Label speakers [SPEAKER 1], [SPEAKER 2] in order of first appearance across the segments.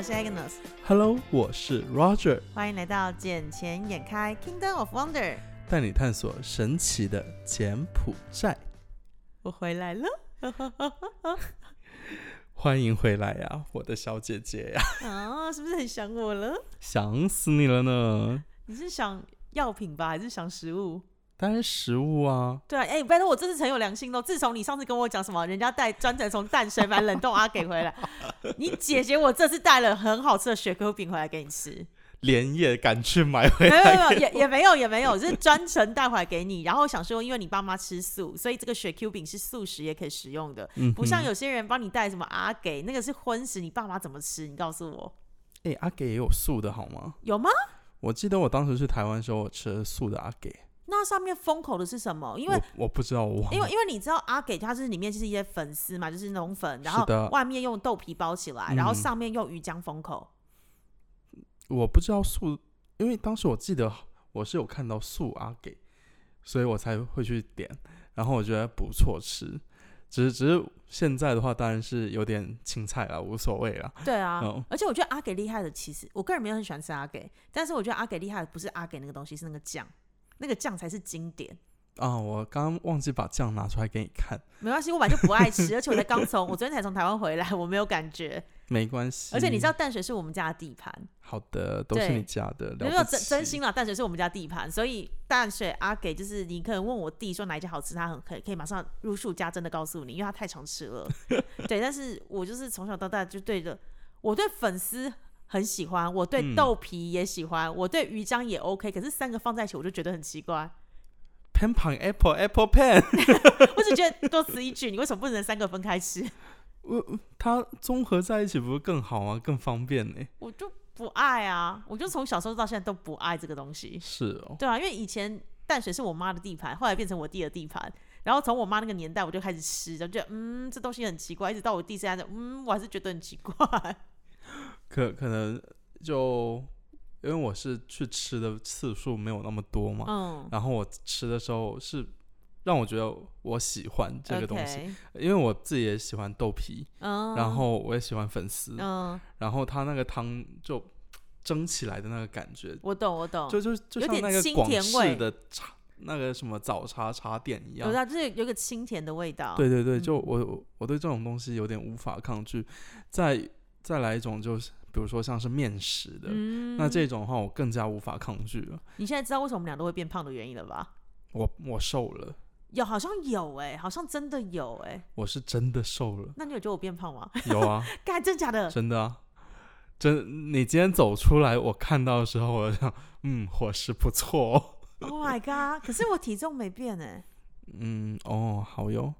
[SPEAKER 1] 是 Agnes，
[SPEAKER 2] Hello，我是 Roger，
[SPEAKER 1] 欢迎来到《捡钱眼开 Kingdom of Wonder》，
[SPEAKER 2] 带你探索神奇的柬埔寨。
[SPEAKER 1] 我回来了。
[SPEAKER 2] 欢迎回来呀、我的小姐姐呀、
[SPEAKER 1] 啊，是不是很想我了？
[SPEAKER 2] 想死你了呢！
[SPEAKER 1] 你是想药品吧，还是想食物？
[SPEAKER 2] 当然食物啊，
[SPEAKER 1] 对啊，哎、拜托我真是很有良心哦。自从你上次跟我讲什么，人家带专程从淡水买冷冻阿给 回来，你姐姐我这次带了很好吃的雪糕饼回来给你 吃。
[SPEAKER 2] 连夜赶去买回
[SPEAKER 1] 没有没有
[SPEAKER 2] 来。
[SPEAKER 1] 没有，也也没有也没有，就是专程带回来给你。然后想说，因为你爸妈吃素，所以这个雪 Q 饼是素食也可以食用的，
[SPEAKER 2] 嗯哼
[SPEAKER 1] 不像有些人帮你带什么阿给，那个是荤食，你爸妈怎么吃？你告诉我
[SPEAKER 2] 哎、阿给也有素的好吗？
[SPEAKER 1] 有吗？
[SPEAKER 2] 我记得我当时去台湾的时候，我吃了素的阿给，
[SPEAKER 1] 那上面封口的是什么？因为
[SPEAKER 2] 我我不知道我忘了
[SPEAKER 1] 因为因为你知道阿给它是里面就是一些粉丝嘛，就是浓粉，然后
[SPEAKER 2] 是的
[SPEAKER 1] 外面用豆皮包起来，然后
[SPEAKER 2] 嗯
[SPEAKER 1] 上面用鱼浆封口。
[SPEAKER 2] 我不知道素，因为当时我记得我是有看到素阿给，所以我才会去点，然后我觉得不错吃，只是只是现在的话当然是有点青菜了，无所谓了。
[SPEAKER 1] 对啊，
[SPEAKER 2] 哦
[SPEAKER 1] 而且我觉得阿给厉害的，其实我个人没有很喜欢吃阿给，但是我觉得阿给厉害的不是阿给那个东西，是那个酱，那个酱才是经典。
[SPEAKER 2] 啊，我刚刚忘记把酱拿出来给你看，
[SPEAKER 1] 没关系，我本来就不爱吃，而且我才刚从，我昨天才从台湾回来，我没有感 觉。
[SPEAKER 2] 没关系。
[SPEAKER 1] 而且你知道淡水是我们家的地盘，
[SPEAKER 2] 好的，都是
[SPEAKER 1] 对
[SPEAKER 2] 你家的，
[SPEAKER 1] 没
[SPEAKER 2] 了
[SPEAKER 1] 有
[SPEAKER 2] 不
[SPEAKER 1] 真
[SPEAKER 2] 起
[SPEAKER 1] 真心啦，淡水是我们家地盘，所以淡水阿给就是你可能问我弟说哪一家好吃，他很可以可以马上如数家珍的告诉你，因为他太常吃 了。对，但是我就是从小到大就对着我对粉丝。很喜欢，我对
[SPEAKER 2] 嗯
[SPEAKER 1] 豆皮也喜欢，我对鱼浆也 OK，可是三个放在一起我就觉得很奇 怪，
[SPEAKER 2] Pan Pan Apple Apple Pan，
[SPEAKER 1] 我只觉得多此一举，你为什么不能三个分开吃？
[SPEAKER 2] 我它综合在一起不是更好吗？更方便呢、
[SPEAKER 1] 我就不爱啊，我就从小时候到现在都不爱这个东西。
[SPEAKER 2] 是哦，
[SPEAKER 1] 对啊，因为以前淡水是我妈的地盘，后来变成我弟的地盘，然后从我妈那个年代我就开始吃，然后觉得嗯这东西很奇怪，一直到我弟现在，嗯我还是觉得很奇 怪。
[SPEAKER 2] 可可能就因为我是去吃的次数没有那么多嘛，
[SPEAKER 1] 嗯，
[SPEAKER 2] 然后我吃的时候是让我觉得我喜欢这个东西
[SPEAKER 1] OK，
[SPEAKER 2] 因为我自己也喜欢豆皮，
[SPEAKER 1] 嗯，
[SPEAKER 2] 然后我也喜欢粉丝，
[SPEAKER 1] 嗯，
[SPEAKER 2] 然后它那个汤就蒸起来的那个感觉，
[SPEAKER 1] 我懂我懂，
[SPEAKER 2] 就就
[SPEAKER 1] 哦有
[SPEAKER 2] 就像
[SPEAKER 1] 点
[SPEAKER 2] 那个
[SPEAKER 1] 清
[SPEAKER 2] 广
[SPEAKER 1] 甜味
[SPEAKER 2] 式的茶那个什么早茶茶店一
[SPEAKER 1] 我知
[SPEAKER 2] 样。
[SPEAKER 1] 道就是有一个清甜的味道。
[SPEAKER 2] 对对对，
[SPEAKER 1] 嗯
[SPEAKER 2] 就我我我对这种东西有点无法抗拒。再再来一种就是，比如说像是面食的，
[SPEAKER 1] 嗯，
[SPEAKER 2] 那这种的话我更加无法抗拒了。
[SPEAKER 1] 你现在知道为什么我们俩都会变胖的原因了吧？
[SPEAKER 2] 我我瘦了，
[SPEAKER 1] 有好像有哎、好像真的有哎、，
[SPEAKER 2] 我是真的瘦了
[SPEAKER 1] 那你有觉得我变胖吗？
[SPEAKER 2] 有啊。
[SPEAKER 1] 干真假 的？
[SPEAKER 2] 真的啊，真你今天走出来，我看到的时候，我就想，嗯，伙食不错哦、
[SPEAKER 1] Oh my god！可是我体重没变哎、
[SPEAKER 2] 嗯，哦，好哟，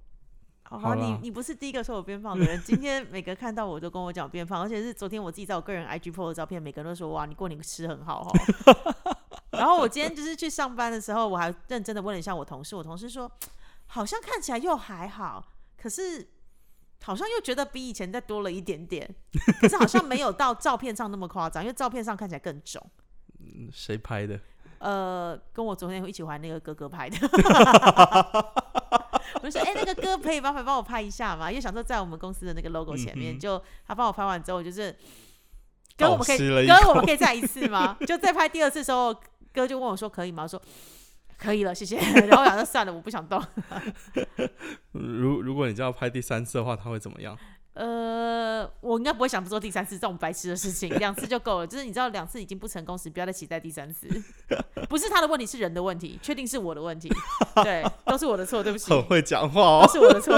[SPEAKER 1] 好吧，
[SPEAKER 2] 好
[SPEAKER 1] 你
[SPEAKER 2] 啦
[SPEAKER 1] 你不是第一个说我变胖的人。今天每个看到我都跟我讲变胖，而且是昨天我自己在我个人 IG po 的照片，每个人都说哇，你过年吃很好哦。 然后我今天就是去上班的时候，我还认真的问了一下我同事，我同事说好像看起来又还好，可是好像又觉得比以前再多了一点点，可是好像没有到照片上那么夸张，因为照片上看起来更肿。
[SPEAKER 2] 嗯谁拍的？
[SPEAKER 1] 呃，跟我昨天一起玩那个哥哥 拍的。我就说，哎、那个哥可以麻烦帮我拍一下吗？因为想说在我们公司的那个 logo 前面，
[SPEAKER 2] 嗯哼
[SPEAKER 1] 就他帮我拍完之后，我就是哥，我们可以
[SPEAKER 2] 倒吸了一
[SPEAKER 1] 哥，
[SPEAKER 2] 口
[SPEAKER 1] 我们可以再一次吗？ 就再拍第二次的时候，哥就问我说可以吗？我说可以了，谢谢。然后我想说算了，我不想动。
[SPEAKER 2] 如如果你这样拍第三次的话，他会怎么样？
[SPEAKER 1] 呃，我应该不会想做第三次这种白痴的事情，两次就够了。就是你知道，两次已经不成功时，不要再期待第三 次。不是他的问题，是人的问题，确定是我的问题， 对，都是我的错，对不起，
[SPEAKER 2] 很
[SPEAKER 1] 都
[SPEAKER 2] 会讲话 哦。
[SPEAKER 1] 是我的错。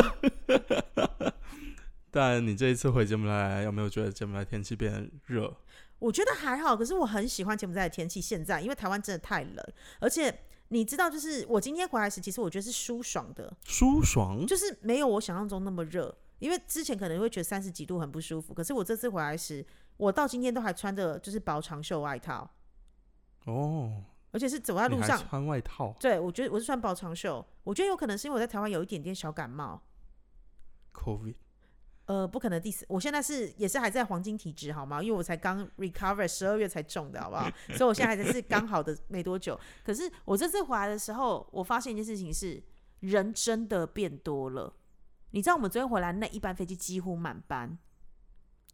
[SPEAKER 2] 但你这一次回柬埔寨，有没有觉得柬埔寨天气变得热？
[SPEAKER 1] 我觉得还好，可是我很喜欢柬埔寨的天气。现在因为台湾真的太冷，而且你知道，就是我今天回来时，其实我觉得是舒爽的，
[SPEAKER 2] 舒爽，
[SPEAKER 1] 就是没有我想象中那么热。因为之前可能会觉得三十几度很不舒服，可是我这次回来时，我到今天都还穿着就是薄长袖外套，
[SPEAKER 2] 哦，
[SPEAKER 1] 而且是走在
[SPEAKER 2] 你
[SPEAKER 1] 路
[SPEAKER 2] 还
[SPEAKER 1] 上，
[SPEAKER 2] 穿外套，
[SPEAKER 1] 对，我觉得我是穿薄长袖，我觉得有可能是因为我在台湾有一点点小感冒，
[SPEAKER 2] ，COVID，
[SPEAKER 1] 呃，不可能第四，我现在是也是还在黄金体质好吗？因为我才刚 recover，十二月才中的好不好？所以我现在还是刚好的没多久。可是我这次回来的时候，我发现一件事情是，人真的变多了。你知道我们昨天回来那一班飞机几乎满班，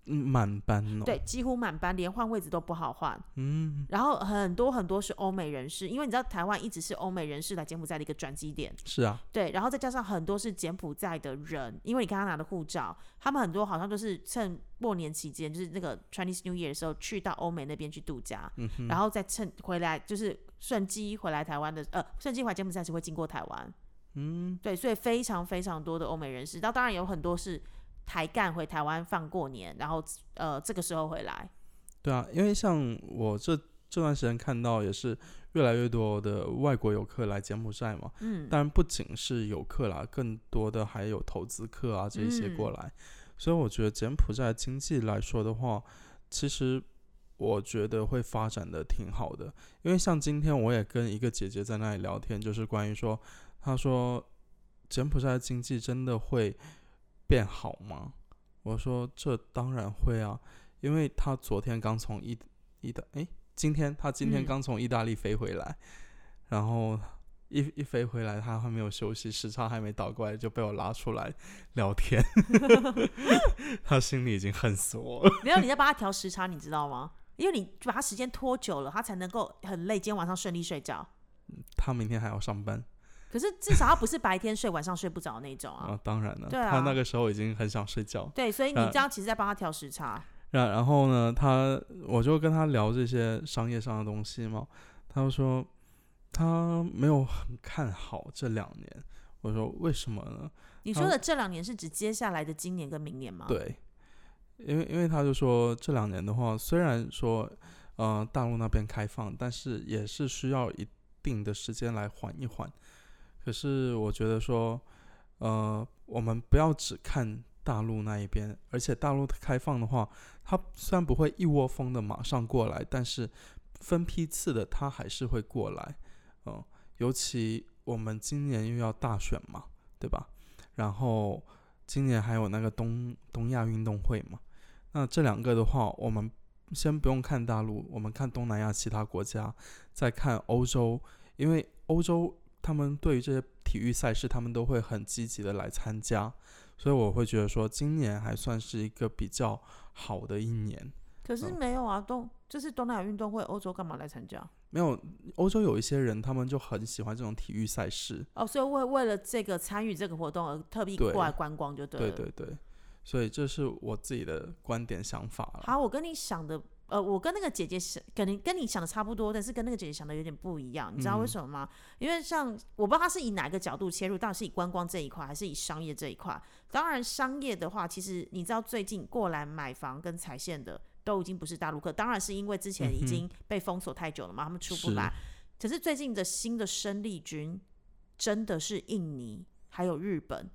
[SPEAKER 2] 嗯满班哦，
[SPEAKER 1] 对，，几乎满班，连换位置都不好换。
[SPEAKER 2] 嗯，
[SPEAKER 1] 然后很多很多是欧美人士，因为你知道台湾一直是欧美人士来柬埔寨的一个转机点，
[SPEAKER 2] 是啊，
[SPEAKER 1] 对，然后再加上很多是柬埔寨的人，因为你刚刚拿的护照，他们很多好像都是趁过年期间，就是那个 Chinese New Year 的时候去到欧美那边去度假，
[SPEAKER 2] 嗯哼，
[SPEAKER 1] 然后再趁回来就是顺机回来台湾的，呃，顺机回来柬埔寨是会经过台湾，
[SPEAKER 2] 嗯，
[SPEAKER 1] 对，所以非常非常多的欧美人士，那当然有很多是台干回台湾放过年，然后呃这个时候回来，
[SPEAKER 2] 对啊，因为像我这这段时间看到也是越来越多的外国游客来柬埔寨嘛，
[SPEAKER 1] 嗯，
[SPEAKER 2] 当然不仅是游客啦，更多的还有投资客啊这一些过
[SPEAKER 1] 嗯
[SPEAKER 2] 来，所以我觉得柬埔寨经济来说的话，其实我觉得会发展的挺好的，因为像今天我也跟一个姐姐在那里聊天，就是关于说，她说柬埔寨的经济真的会变好吗？我说这当然会啊，因为她昨天刚从意意大诶，今天她今天
[SPEAKER 1] 嗯
[SPEAKER 2] 刚从意大利飞回来，然后一一飞回来，他还没有休息，时差还没倒过来就被我拉出来聊 天，他心里已经恨 死我了。
[SPEAKER 1] 没有你在帮他调时差，你知道吗？因为你把他时间拖久了，他才能够很累，今天晚上顺利睡觉。
[SPEAKER 2] 他明天还要上班
[SPEAKER 1] 可是至少他不是白天睡，晚上睡不着那种啊。
[SPEAKER 2] 啊，当然了，
[SPEAKER 1] 对啊
[SPEAKER 2] 他那个时候已经很想睡觉。
[SPEAKER 1] 对，所以你
[SPEAKER 2] 呃
[SPEAKER 1] 这样其实在帮他调时差。
[SPEAKER 2] 然然后呢，他我就跟他聊这些商业上的东西嘛，他就说他没有很看好这两年。我说为什么呢？
[SPEAKER 1] 你说的这两年是指接下来的今年跟明年吗？，
[SPEAKER 2] 对，因为因为他就说这两年的话，虽然说呃大陆那边开放，但是也是需要一定的时间来缓一缓。可是我觉得说，呃，我们不要只看大陆那一边，而且大陆开放的话，它虽然不会一窝蜂的马上过来，但是分批次的它还是会过来。嗯、尤其我们今年又要大选嘛，对吧？然后今年还有那个东东亚运动会嘛，那这两个的话，我们先不用看大陆，我们看东南亚其他国家，再看欧洲，因为欧洲他们对于这些体育赛事，他们都会很积极的来参加，所以我会觉得说，今年还算是一个比较好的一年。
[SPEAKER 1] 可是
[SPEAKER 2] 嗯
[SPEAKER 1] 没有啊，东就是东南亚运动会，欧洲干嘛来参加？
[SPEAKER 2] 没有，欧洲有一些人，他们就很喜欢这种体育赛事，
[SPEAKER 1] 哦，所以为为了这个参与这个活动而特地
[SPEAKER 2] 对
[SPEAKER 1] 过来观光就对了。
[SPEAKER 2] 对对对，所以这是我自己的观点想法了。
[SPEAKER 1] 好，我跟你想的，呃，我跟那个姐姐想，跟你跟你想的差不多，但是跟那个姐姐想的有点不一样，你知道为
[SPEAKER 2] 嗯
[SPEAKER 1] 什么吗？因为像我不知道她是以哪个角度切入，到底是以观光这一块，还是以商业这一块？当然，商业的话，其实你知道最近过来买房跟踩线的都已经不是大陆客，当然是因为之前
[SPEAKER 2] 嗯
[SPEAKER 1] 已
[SPEAKER 2] 哼
[SPEAKER 1] 经被封锁太久了嘛，他们出不
[SPEAKER 2] 是
[SPEAKER 1] 来。可是最近的新的生力军真的是印尼还有日本，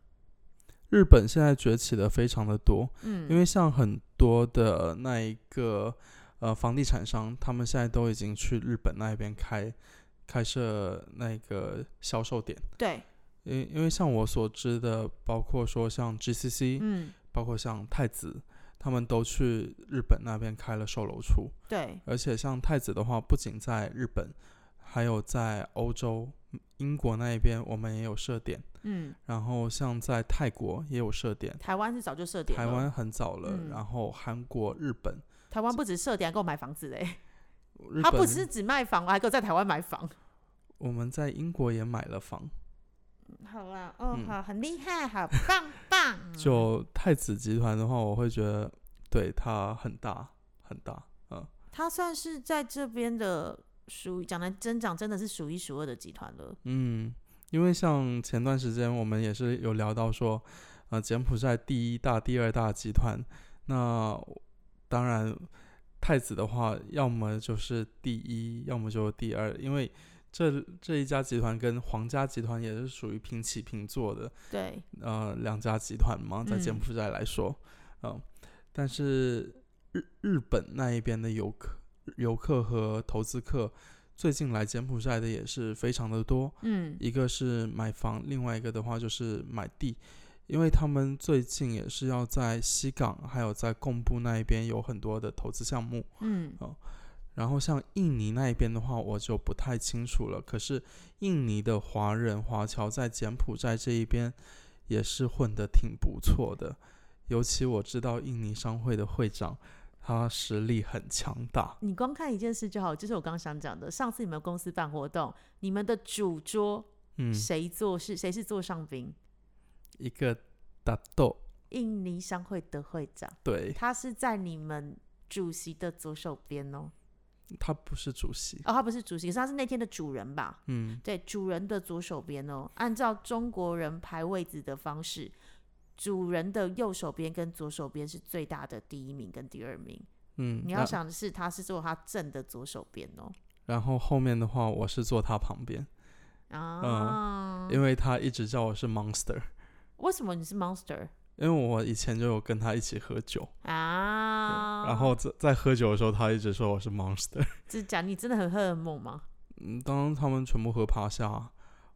[SPEAKER 2] 日本现在崛起的非常的多，
[SPEAKER 1] 嗯，
[SPEAKER 2] 因为像很多的那一个呃房地产商，他们现在都已经去日本那边开开设那个销售点，
[SPEAKER 1] 对，
[SPEAKER 2] 因因为像我所知的，包括说像 GCC，、
[SPEAKER 1] 嗯，
[SPEAKER 2] 包括像太子，他们都去日本那边开了售楼处，
[SPEAKER 1] 对，
[SPEAKER 2] 而且像太子的话，不仅在日本，还有在欧洲、英国那一边，我们也有设点，
[SPEAKER 1] 嗯，
[SPEAKER 2] 然后像在泰国也有设点。
[SPEAKER 1] 台湾是早就设点
[SPEAKER 2] 台
[SPEAKER 1] 了
[SPEAKER 2] 湾很早了，
[SPEAKER 1] 嗯
[SPEAKER 2] 然后韩国、日本，
[SPEAKER 1] 台湾不止设点，还给我买房子嘞。
[SPEAKER 2] 日
[SPEAKER 1] 他不
[SPEAKER 2] 本
[SPEAKER 1] 只是只卖房，还给我在台湾买房。
[SPEAKER 2] 我们在英国也买了房，
[SPEAKER 1] 好啦，哦
[SPEAKER 2] 嗯
[SPEAKER 1] 好，很厉害，好棒棒。
[SPEAKER 2] 就太子集团的话，我会觉得对它很大很大，嗯，
[SPEAKER 1] 他算是在这边的属于讲来真讲真的是数一数二的集团了。
[SPEAKER 2] 嗯，因为像前段时间我们也是有聊到说，呃，柬埔寨第一大、第二大集团，那当然太子的话，要么就是第一，要么就是第二，因为这这一家集团跟皇家集团也是属于平起平坐的，
[SPEAKER 1] 对，
[SPEAKER 2] 呃两家集团嘛，在柬
[SPEAKER 1] 嗯
[SPEAKER 2] 埔寨来说，嗯、但是日日本那一边的游客、游客和投资客最近来柬埔寨的也是非常的多，
[SPEAKER 1] 嗯，
[SPEAKER 2] 一个是买房，另外一个的话就是买地，因为他们最近也是要在西港还有在贡布那一边有很多的投资项目，
[SPEAKER 1] 嗯，
[SPEAKER 2] 然后像印尼那一边的话，我就不太清楚了。可是印尼的华人华侨在柬埔寨这一边也是混得挺不错的，尤其我知道印尼商会的会长，他实力很强大。
[SPEAKER 1] 你光看一件事就好，就是我刚想讲的，上次你们公司办活动，你们的主桌
[SPEAKER 2] 嗯，
[SPEAKER 1] 谁做是、谁是座上宾？
[SPEAKER 2] 一个打斗，
[SPEAKER 1] 印尼商会的会长，
[SPEAKER 2] 对
[SPEAKER 1] 他是在你们主席的左手边哦。
[SPEAKER 2] 他不是主席。
[SPEAKER 1] 哦，他不是主席，可是他是那天的主人吧？
[SPEAKER 2] 嗯，
[SPEAKER 1] 对，主人的左手边哦，按照中国人排位子的方式，主人的右手边跟左手边是最大的第一名跟第二名。
[SPEAKER 2] 嗯，
[SPEAKER 1] 你要
[SPEAKER 2] 那
[SPEAKER 1] 想的是，他是坐他正的左手边哦。
[SPEAKER 2] 然后后面的话，我是坐他旁边，
[SPEAKER 1] 啊，
[SPEAKER 2] 嗯因为他一直叫我是 monster，
[SPEAKER 1] 为什么你是 monster
[SPEAKER 2] 因为我以前就有跟他一起喝酒，
[SPEAKER 1] 啊？
[SPEAKER 2] 嗯然后在在喝酒的时候，他一直说我是 monster。
[SPEAKER 1] 这讲你真的很荷尔蒙吗？
[SPEAKER 2] 嗯，当他们全部喝趴下，啊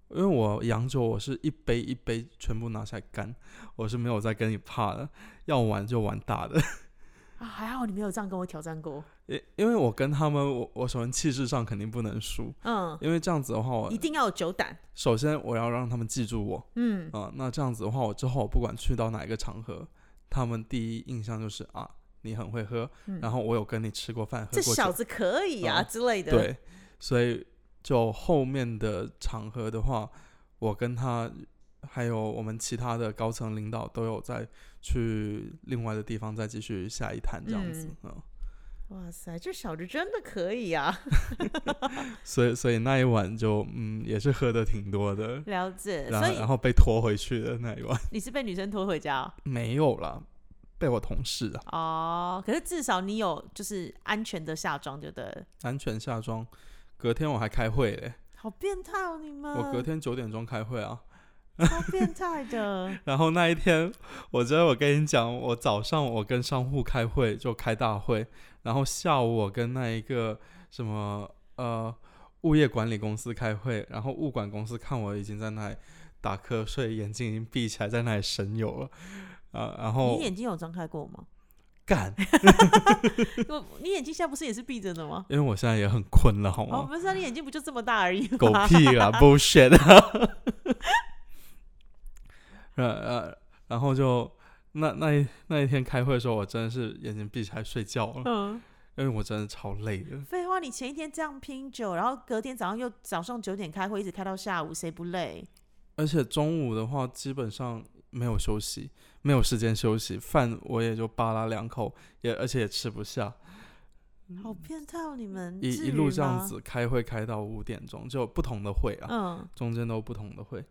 [SPEAKER 2] 因为我洋酒我是一杯一杯全部拿下来干，我是没有在跟你怕的，要玩就玩大的。
[SPEAKER 1] 啊，还好你没有这样跟我挑战过。
[SPEAKER 2] 因因为我跟他们，我我首先气势上肯定不能输，
[SPEAKER 1] 嗯，
[SPEAKER 2] 因为这样子的话我，
[SPEAKER 1] 一定要有酒胆。
[SPEAKER 2] 首先我要让他们记住我
[SPEAKER 1] 嗯，
[SPEAKER 2] 啊、那这样子的话，我之后我不管去到哪一个场合，他们第一印象就是啊，你很会喝，
[SPEAKER 1] 嗯
[SPEAKER 2] 然后我有跟你吃过饭，喝
[SPEAKER 1] 这
[SPEAKER 2] 过
[SPEAKER 1] 小
[SPEAKER 2] 酒，
[SPEAKER 1] 子可以啊、
[SPEAKER 2] 嗯
[SPEAKER 1] 之类的。，
[SPEAKER 2] 对，所以就后面的场合的话，我跟他还有我们其他的高层领导都有在去另外的地方再继续下一谈这样子，嗯
[SPEAKER 1] 哇塞，哎这小子真的可以啊。
[SPEAKER 2] 所以所以那一晚就嗯也是喝的挺多的，
[SPEAKER 1] 了解，
[SPEAKER 2] 然
[SPEAKER 1] 所
[SPEAKER 2] 后
[SPEAKER 1] 以
[SPEAKER 2] 然后被拖回去的那一晚
[SPEAKER 1] 你是被女生拖回家哦
[SPEAKER 2] 没有啦，被我同事啊
[SPEAKER 1] 哦，可是至少你有就是安全的下妆，就对了。
[SPEAKER 2] 安全下装，隔天我还开会嘞，
[SPEAKER 1] 好变态哦，你们！
[SPEAKER 2] 我隔天九点钟开会啊，
[SPEAKER 1] 超变态的
[SPEAKER 2] 然后那一天，我觉得我跟你讲，我早上我跟商户开会就开大会，然后下午我跟那一个什么呃物业管理公司开会，然后物管公司看我已经在那里打瞌睡，眼睛已经闭起来，在那里神游了，啊、 然后
[SPEAKER 1] 你眼睛有张开过吗？
[SPEAKER 2] 干，
[SPEAKER 1] 我你眼睛现在不是也是闭着的吗？
[SPEAKER 2] 因为我现在也很困了，好
[SPEAKER 1] 哦，
[SPEAKER 2] 吗？
[SPEAKER 1] 不是、啊，你眼睛不就这么大而已
[SPEAKER 2] 狗
[SPEAKER 1] 吗？
[SPEAKER 2] 屁啦，bullshit 啊！呃呃，然后就那那一那一天开会的时候，我真的是眼睛闭起来睡觉了，
[SPEAKER 1] 嗯，
[SPEAKER 2] 因为我真的超累的。
[SPEAKER 1] 废话，你前一天这样拼酒，然后隔天早上又早上九点开会，一直开到下午，谁不累？
[SPEAKER 2] 而且中午的话，基本上没有休息，没有时间休息，饭我也就扒拉两口，也而且也吃不下，
[SPEAKER 1] 好变态哦，你们
[SPEAKER 2] 嗯一
[SPEAKER 1] 至
[SPEAKER 2] 一
[SPEAKER 1] 于
[SPEAKER 2] 路这样
[SPEAKER 1] 吗。
[SPEAKER 2] 子开会开到五点钟，就有不同的会啊，
[SPEAKER 1] 嗯，
[SPEAKER 2] 中间都不同的会，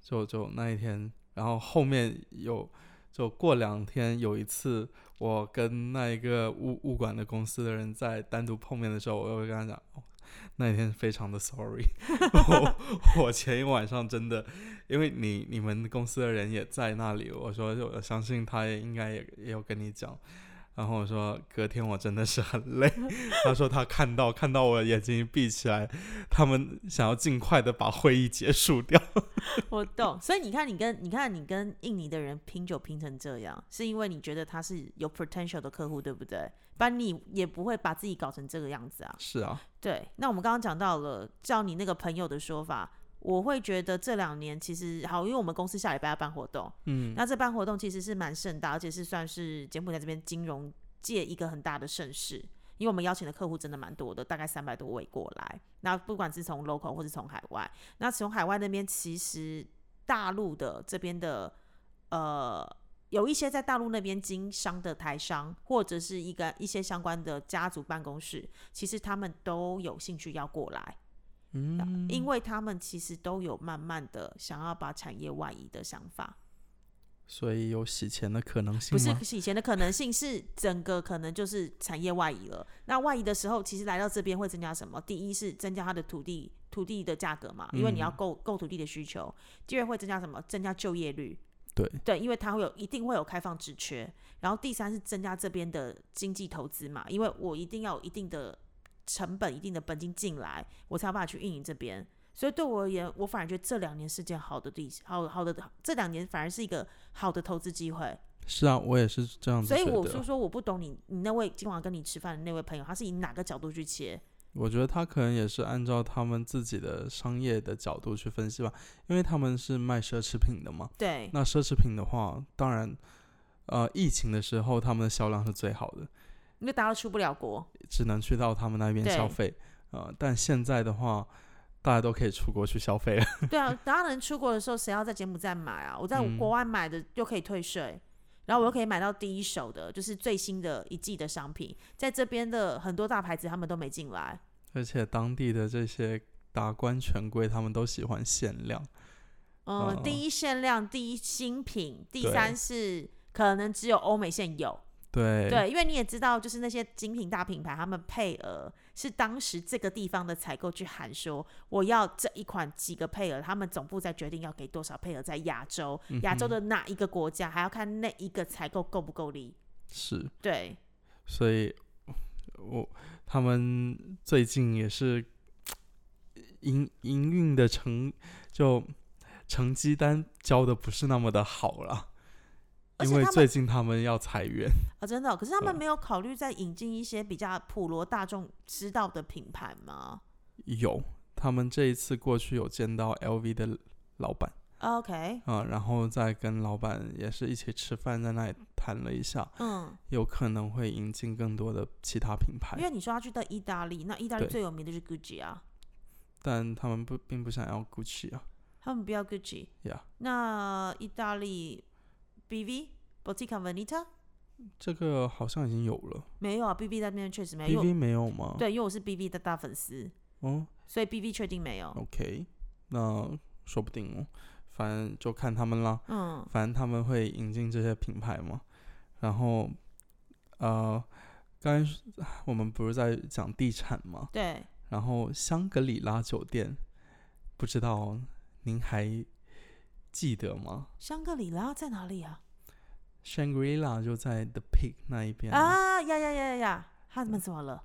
[SPEAKER 2] 就就那一天，然后后面有就过两天有一次，我跟那一个物物管的公司的人在单独碰面的时候，我又跟他讲，哦，那一天非常的 sorry，我 我前一晚上真的，因为你你们公司的人也在那里，我说我相信他也应该也也有跟你讲。然后我说隔天我真的是很累， 他说他看到看到我眼睛闭起来，他们想要尽快的把会议结束掉。
[SPEAKER 1] 我懂。所以你看，你跟你看你跟印尼的人拼酒拼成这样，是因为你觉得他是有 potential 的客户，对不对？不然你也不会把自己搞成这个样子啊。
[SPEAKER 2] 是啊，
[SPEAKER 1] 对，那我们刚刚讲到了，照你那个朋友的说法，我会觉得这两年其实好，因为我们公司下礼拜要办活动，
[SPEAKER 2] 嗯，
[SPEAKER 1] 那这办活动其实是蛮盛大，而且是算是柬埔寨这边金融界一个很大的盛事。因为我们邀请的客户真的蛮多的，大概三百多位过来。那不管是从 local 或是从海外，那从海外那边其实大陆的这边的呃，有一些在大陆那边经商的台商，或者是一个一些相关的家族办公室，其实他们都有兴趣要过来。
[SPEAKER 2] 嗯，
[SPEAKER 1] 因为他们其实都有慢慢的想要把产业外移的想法，
[SPEAKER 2] 所以有洗钱的可能性
[SPEAKER 1] 不是
[SPEAKER 2] 吗？
[SPEAKER 1] 洗钱的可能性，是整个可能就是产业外移了。那外移的时候，其实来到这边会增加什么？第一是增加它的土地土地的价格嘛，因为你要
[SPEAKER 2] 嗯
[SPEAKER 1] 够够土地的需求。第二会增加什么？增加就业率。
[SPEAKER 2] 对
[SPEAKER 1] 对，因为它会有一定会有开放职缺。然后第三是增加这边的经济投资嘛，因为我一定要有一定的成本、一定的本金进来，我才有办法去运营这边。所以对我而言，我反而觉得这两年是件好的地，好好的这两年反而是一个好的投资机会。
[SPEAKER 2] 是啊，我也是这样子
[SPEAKER 1] 所以
[SPEAKER 2] 觉
[SPEAKER 1] 我就
[SPEAKER 2] 得。
[SPEAKER 1] 说，我不懂你，你那位今晚跟你吃饭的那位朋友，他是以哪个角度去切？
[SPEAKER 2] 我觉得他可能也是按照他们自己的商业的角度去分析吧，因为他们是卖奢侈品的嘛。
[SPEAKER 1] 对，
[SPEAKER 2] 那奢侈品的话，当然呃疫情的时候，他们的销量是最好的，
[SPEAKER 1] 因为大家都出不了国，
[SPEAKER 2] 只能去到他们那边
[SPEAKER 1] 对
[SPEAKER 2] 消费。呃，但现在的话，大家都可以出国去消费了。
[SPEAKER 1] 对啊，大家能出国的时候，谁要在柬埔寨买啊？我在
[SPEAKER 2] 嗯
[SPEAKER 1] 国外买的又可以退税，然后我又可以买到第一手的，就是最新的一季的商品。在这边的很多大牌子他们都没进来，
[SPEAKER 2] 而且当地的这些达官权贵，他们都喜欢限量。
[SPEAKER 1] 嗯，
[SPEAKER 2] 哦
[SPEAKER 1] 第一限量、第一新品，第
[SPEAKER 2] 对
[SPEAKER 1] 三是可能只有欧美现有。
[SPEAKER 2] 对，
[SPEAKER 1] 对，因为你也知道，就是那些精品大品牌，他们配额是当时这个地方的采购去喊说，我要这一款几个配额，他们总部再决定要给多少配额在亚洲，
[SPEAKER 2] 嗯
[SPEAKER 1] 亚洲的哪一个国家，还要看那一个采购够不够力。
[SPEAKER 2] 是，
[SPEAKER 1] 对，
[SPEAKER 2] 所以我他们最近也是营营运的成就成绩单交的不是那么的好了，
[SPEAKER 1] 而
[SPEAKER 2] 因
[SPEAKER 1] 且
[SPEAKER 2] 为
[SPEAKER 1] 他们
[SPEAKER 2] 最近他们要裁员，
[SPEAKER 1] 啊，真的哦、可是他们
[SPEAKER 2] 对
[SPEAKER 1] 没有考虑再引进一些比较普罗大众知道的品牌吗
[SPEAKER 2] 有他们这一次过去有见到 LV 的老板
[SPEAKER 1] ？OK，
[SPEAKER 2] 啊、然后再跟老板也是一起吃饭，在那里谈了一下，
[SPEAKER 1] 嗯，
[SPEAKER 2] 有可能会引进更多的其他品牌
[SPEAKER 1] 因，为你说要去到意大利，那意大利
[SPEAKER 2] 哎对
[SPEAKER 1] 最有名的就是 Gucci 啊，
[SPEAKER 2] 但他们不并不想要 GUCCI 啊
[SPEAKER 1] 他们不要 Gucci，
[SPEAKER 2] 呀。
[SPEAKER 1] 那意大利 BV Bottega Veneta
[SPEAKER 2] 这个好像已经有了
[SPEAKER 1] 没有啊，BV 在那边确实没有，因为
[SPEAKER 2] ，BV 没有吗
[SPEAKER 1] 我？，对，因为我是 BV 的大粉丝，
[SPEAKER 2] 哦
[SPEAKER 1] 所以 BV 确定没有。
[SPEAKER 2] ，OK，那说不定哦，反正就看他们啦，
[SPEAKER 1] 嗯，
[SPEAKER 2] 反正他们会引进这些品牌嘛。然后，呃，刚才我们不是在讲地产嘛，
[SPEAKER 1] 对，
[SPEAKER 2] 然后香格里拉酒店，不知道您还记得吗
[SPEAKER 1] 香格里拉在哪里啊？
[SPEAKER 2] ？Shangri-La 就在 The Peak 那一边啊
[SPEAKER 1] 啊呀呀呀呀呀！他们怎么了？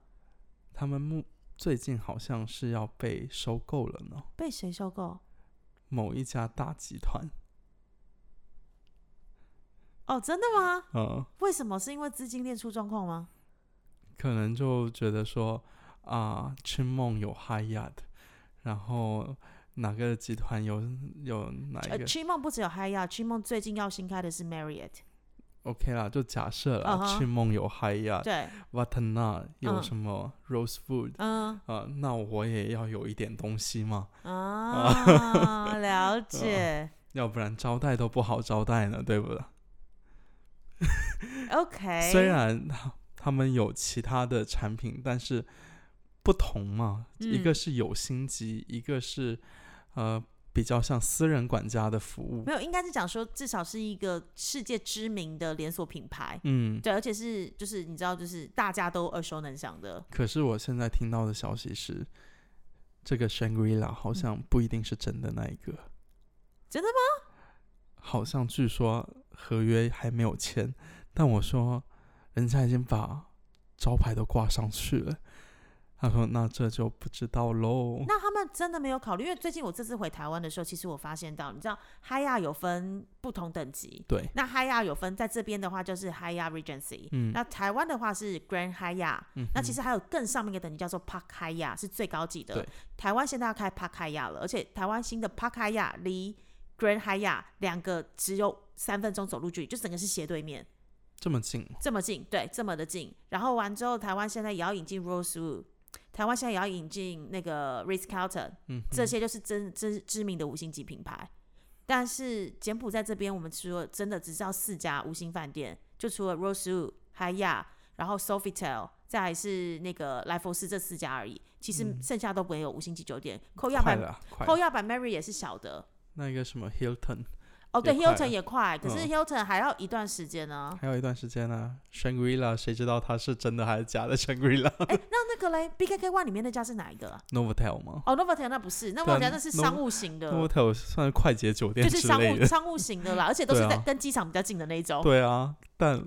[SPEAKER 2] 他们目最近好像是要被收购了呢，
[SPEAKER 1] 被谁收购？
[SPEAKER 2] 某一家大集团。
[SPEAKER 1] 哦，真的吗？
[SPEAKER 2] 嗯，
[SPEAKER 1] 为什么？是因为资金链出状况吗？
[SPEAKER 2] 可能就觉得说啊，春梦有 Hyatt，然后哪个集团有有哪一
[SPEAKER 1] 呃
[SPEAKER 2] 个
[SPEAKER 1] ，Chi 梦不只有 Hiya，Chi 梦最近要新开的是 Marriott，
[SPEAKER 2] ？OK 啦，就假设啦，
[SPEAKER 1] 嗯哼
[SPEAKER 2] 春梦有 Hyatt，
[SPEAKER 1] 对，
[SPEAKER 2] 瓦特纳有
[SPEAKER 1] 嗯
[SPEAKER 2] 什么 Rosewood
[SPEAKER 1] 嗯
[SPEAKER 2] 啊、那我也要有一点东西嘛， 哦
[SPEAKER 1] 啊，了解
[SPEAKER 2] 要不然招待都不好招待呢，对不对？
[SPEAKER 1] ，OK，
[SPEAKER 2] 哦虽然他他们有其他的产品，但是不同嘛，一个
[SPEAKER 1] 嗯
[SPEAKER 2] 是有星级，一个是呃比较像私人管家的服务。
[SPEAKER 1] 没有，应该是讲说至少是一个世界知名的连锁品牌，
[SPEAKER 2] 嗯，
[SPEAKER 1] 对，而且是就是你知道，就是大家都耳熟能详的。
[SPEAKER 2] 可是我现在听到的消息是，这个 Shangri-La
[SPEAKER 1] 嗯
[SPEAKER 2] 好像不一定是真的那一个。
[SPEAKER 1] 真的
[SPEAKER 2] 吗？好像据说合约还没有签，但我说人家已经把招牌都挂上去了。他说：“那这就不知道喽。
[SPEAKER 1] 那他们真的没有考虑，因为最近我这次回台湾的时候，其实我发现到，你知道，嗨亚有分不同等级”。
[SPEAKER 2] 对，
[SPEAKER 1] 那嗨亚有分，在这边的话就是嗨亚 Regency，、
[SPEAKER 2] 嗯
[SPEAKER 1] 那台湾的话是 Grand 嗨亚、
[SPEAKER 2] 嗯
[SPEAKER 1] 那其
[SPEAKER 2] 哼
[SPEAKER 1] 实还有更上面一个等级叫做 Park 嗨亚，是最高级的
[SPEAKER 2] 对。
[SPEAKER 1] 台湾现在要开 Park 嗨亚了，而且台湾新的 Park 嗨亚离 Grand 嗨亚两个只有三分钟走路距离，就整个是斜对面。
[SPEAKER 2] 这么近，
[SPEAKER 1] 这么近，对，这么的近。然后完之后，台湾现在也要引进 Rosewood，台湾现在也要引进那个 Ritz Carlton，
[SPEAKER 2] 嗯哼，
[SPEAKER 1] 这些就是真真知名的五星级品牌。但是柬埔寨这边，我们除了真的只知道四家五星饭店，就除了 Rosewood、海亚，然后 Sofitel，再还是那个莱佛士这四家而已。其实剩下都没有五星级酒店，扣亚
[SPEAKER 2] 嗯快
[SPEAKER 1] 版
[SPEAKER 2] 了啊，快
[SPEAKER 1] 扣
[SPEAKER 2] 了。
[SPEAKER 1] 亚版 Mary 也是小的。
[SPEAKER 2] 那个什么 Hilton
[SPEAKER 1] 哦，对
[SPEAKER 2] 也快
[SPEAKER 1] ，Hilton
[SPEAKER 2] 了
[SPEAKER 1] 也快，可是
[SPEAKER 2] 嗯
[SPEAKER 1] Hilton 还要一段时间呢、
[SPEAKER 2] 还有一段时间呢、啊、，Shangri-La 谁知道它是真的还是假的 Shangri-La
[SPEAKER 1] 哎、那那个嘞，BKK One 里面那家是哪一个啊？
[SPEAKER 2] Novotel 吗
[SPEAKER 1] 哦，Novotel 那不是
[SPEAKER 2] 对啊
[SPEAKER 1] ，Novotel 那是
[SPEAKER 2] ，Novo-
[SPEAKER 1] 商务型的，
[SPEAKER 2] ？Novotel 算是快捷酒店
[SPEAKER 1] 就是
[SPEAKER 2] 呃之
[SPEAKER 1] 商
[SPEAKER 2] 类
[SPEAKER 1] 务
[SPEAKER 2] 的，
[SPEAKER 1] 商务型的啦，而且都是
[SPEAKER 2] 对啊
[SPEAKER 1] 在跟机场比较近的那一种。
[SPEAKER 2] 对啊，但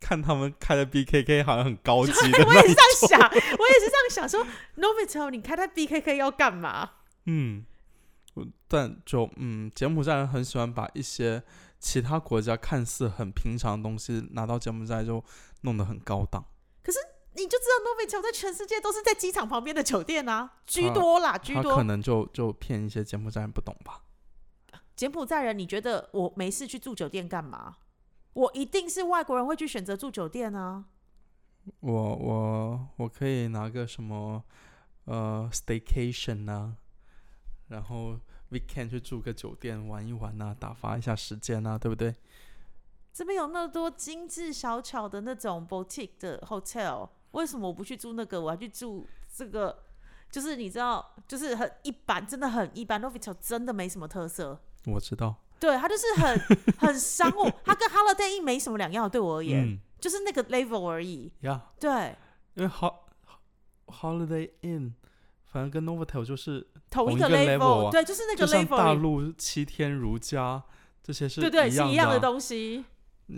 [SPEAKER 2] 看他们开的 BKK 好像很高级 的
[SPEAKER 1] 我也是
[SPEAKER 2] 那，
[SPEAKER 1] 这样想，我也是这样想说，Novotel 你开在 BKK 要干嘛？
[SPEAKER 2] 嗯，我但就嗯，柬埔寨人很喜欢把一些其他国家看似很平常的东西拿到柬埔寨就弄得很高档，
[SPEAKER 1] 你就知道 Novotel 在全世界都是在机场旁边的酒店啊，居多啦，居
[SPEAKER 2] 他可
[SPEAKER 1] 多。
[SPEAKER 2] 能就就骗一些柬埔寨人不懂吧。
[SPEAKER 1] 柬埔寨人，你觉得我没事去住酒店干嘛？我一定是外国人会去选择住酒店啊。
[SPEAKER 2] 我我我可以拿个什么呃 staycation 啊，然后 weekend 去住个酒店玩一玩啊，打发一下时间啊，对不对？
[SPEAKER 1] 这边有那么多精致小巧的那种 boutique 的 hotel，为什么我不去住那个，我要去住这个？就是你知道，就是很一般，真的很一般。Novotel 真的没什么特色，
[SPEAKER 2] 我知道，
[SPEAKER 1] 对，它就是很很商务，它跟 Holiday Inn 没什么两样，对我而言，
[SPEAKER 2] 嗯
[SPEAKER 1] 就是那个 level 而已。
[SPEAKER 2] 呀
[SPEAKER 1] 对，
[SPEAKER 2] 因为 ho holiday inn，反正跟 novotel 就是
[SPEAKER 1] 同
[SPEAKER 2] 同
[SPEAKER 1] 一
[SPEAKER 2] 一
[SPEAKER 1] 个
[SPEAKER 2] 个 level 啊
[SPEAKER 1] 对，就是那个
[SPEAKER 2] 就像
[SPEAKER 1] level，而
[SPEAKER 2] 大
[SPEAKER 1] 已
[SPEAKER 2] 陆七天如家这些是
[SPEAKER 1] 对对，是一
[SPEAKER 2] 一样
[SPEAKER 1] 样的
[SPEAKER 2] 啊
[SPEAKER 1] 东西。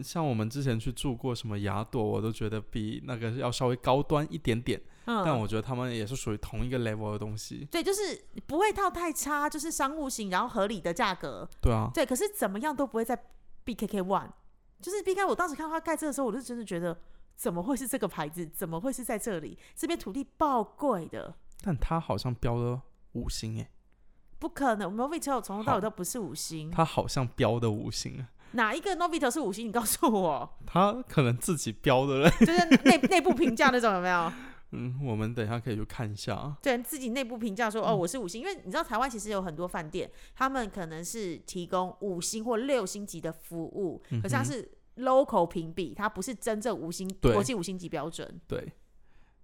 [SPEAKER 2] 像我们之前去住过什么雅朵，我都觉得比那个要稍微高端一点点，但
[SPEAKER 1] 嗯，
[SPEAKER 2] 我觉得他们也是属于同一个 level 的东西。
[SPEAKER 1] 对，就是不会到太差，就是商务型，然后合理的价格。
[SPEAKER 2] 对啊，
[SPEAKER 1] 对，可是怎么样都不会在 BKK One，就是 BK。我当时看到它盖这的时候，我就真的觉得，怎么会是这个牌子？怎么会是在这里？这边土地爆贵的，
[SPEAKER 2] 但他好像标了五星欸诶，
[SPEAKER 1] 不可能。Novitel 从头到
[SPEAKER 2] 好
[SPEAKER 1] 尾都不是五星，
[SPEAKER 2] 他好像标的五星啊，
[SPEAKER 1] 哪一个 Novitel 是五星？你告诉我，
[SPEAKER 2] 他可能自己标的嘞。
[SPEAKER 1] 就是内内部评价那种有没有？
[SPEAKER 2] 嗯，我们等一下可以去看一下啊。
[SPEAKER 1] 对自己内部评价
[SPEAKER 2] 嗯
[SPEAKER 1] 说，哦，我是五星，因为你知道台湾其实有很多饭店，他们可能是提供五星或六星级的服务，可是它
[SPEAKER 2] 嗯哼
[SPEAKER 1] 是 local 评比，它不是真正五星
[SPEAKER 2] 对
[SPEAKER 1] 国际五星级标准。
[SPEAKER 2] 对，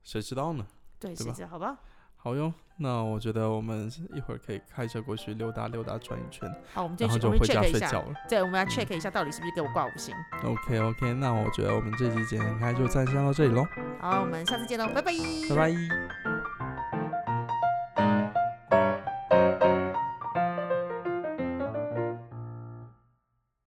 [SPEAKER 2] 谁知道呢？
[SPEAKER 1] 对，
[SPEAKER 2] 对
[SPEAKER 1] 是
[SPEAKER 2] 吧
[SPEAKER 1] 这样，好吧？
[SPEAKER 2] 好哟，那我觉得我们一会儿可以开车过去溜达溜达转一圈，
[SPEAKER 1] 好，我们就
[SPEAKER 2] 然后
[SPEAKER 1] 去我们
[SPEAKER 2] 就回家
[SPEAKER 1] check 一
[SPEAKER 2] 睡
[SPEAKER 1] 下
[SPEAKER 2] 觉，了。
[SPEAKER 1] 对，我们要 check 一下到底是不是给我挂五星。
[SPEAKER 2] OK OK，那我觉得我们这期节目开就暂时到这里喽，
[SPEAKER 1] 好，我们下次见喽，拜拜，
[SPEAKER 2] 拜拜。